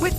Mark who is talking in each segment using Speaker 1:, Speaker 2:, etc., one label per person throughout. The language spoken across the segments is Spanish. Speaker 1: With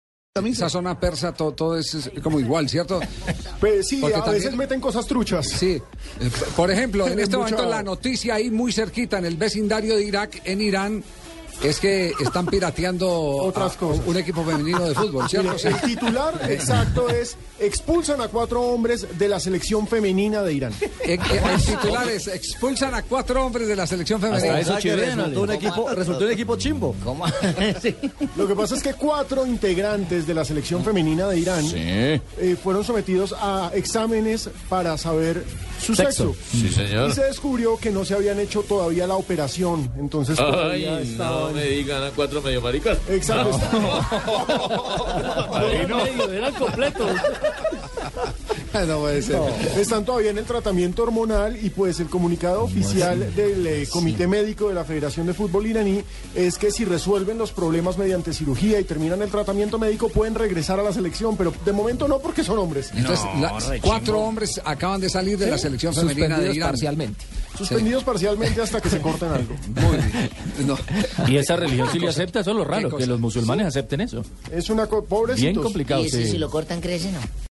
Speaker 2: Esa zona persa, todo, todo es, es como igual, ¿cierto?
Speaker 3: Pues sí,
Speaker 2: Porque
Speaker 3: a
Speaker 2: también-
Speaker 3: veces meten cosas truchas.
Speaker 2: Sí. Eh, p- Por ejemplo, en este
Speaker 3: Mucha-
Speaker 2: momento la noticia ahí muy cerquita, en el vecindario de Irak, en Irán, es que están pirateando
Speaker 3: Otras
Speaker 2: a-
Speaker 3: cosas.
Speaker 2: un equipo femenino de fútbol,
Speaker 3: Mire,
Speaker 2: ¿cierto? Sí.
Speaker 3: el titular exacto es expulsan a cuatro hombres de la selección femenina de Irán.
Speaker 2: Eh, eh, El titular es expulsan a cuatro hombres de la selección femenina.
Speaker 4: Hasta eso chilena, resultó un equipo, resultó un equipo chimbo. Sí.
Speaker 3: Lo que pasa es que cuatro integrantes de la selección femenina de Irán eh, fueron sometidos a exámenes para saber su sexo.
Speaker 5: Sí, señor.
Speaker 3: Y se descubrió que no se habían hecho todavía la operación. Entonces
Speaker 5: Ay,
Speaker 3: todavía
Speaker 5: no
Speaker 3: estaban.
Speaker 5: me digan a cuatro medio maricas.
Speaker 3: Exacto.
Speaker 4: Eran completos.
Speaker 3: Ah,
Speaker 2: No puede ser.
Speaker 3: Están todavía en el tratamiento hormonal y pues el comunicado oficial del eh, Comité Médico de la Federación de Fútbol iraní es que si resuelven los problemas mediante cirugía y terminan el tratamiento médico pueden regresar a la selección, pero de momento no porque son hombres.
Speaker 2: Entonces, la- cuatro hombres acaban de salir de la selección femenina de
Speaker 4: Suspendidos
Speaker 2: Irán.
Speaker 4: parcialmente.
Speaker 3: Suspendidos parcialmente hasta que se corten algo.
Speaker 2: Muy bien. No.
Speaker 6: Y esa religión sí le acepta, eso es lo raro,
Speaker 2: cosa?
Speaker 6: que los musulmanes acepten eso.
Speaker 3: Es una co-
Speaker 6: Bien
Speaker 3: pobrecitos.
Speaker 6: complicado,
Speaker 4: Y ese,
Speaker 6: sí.
Speaker 4: si lo cortan, crece, no.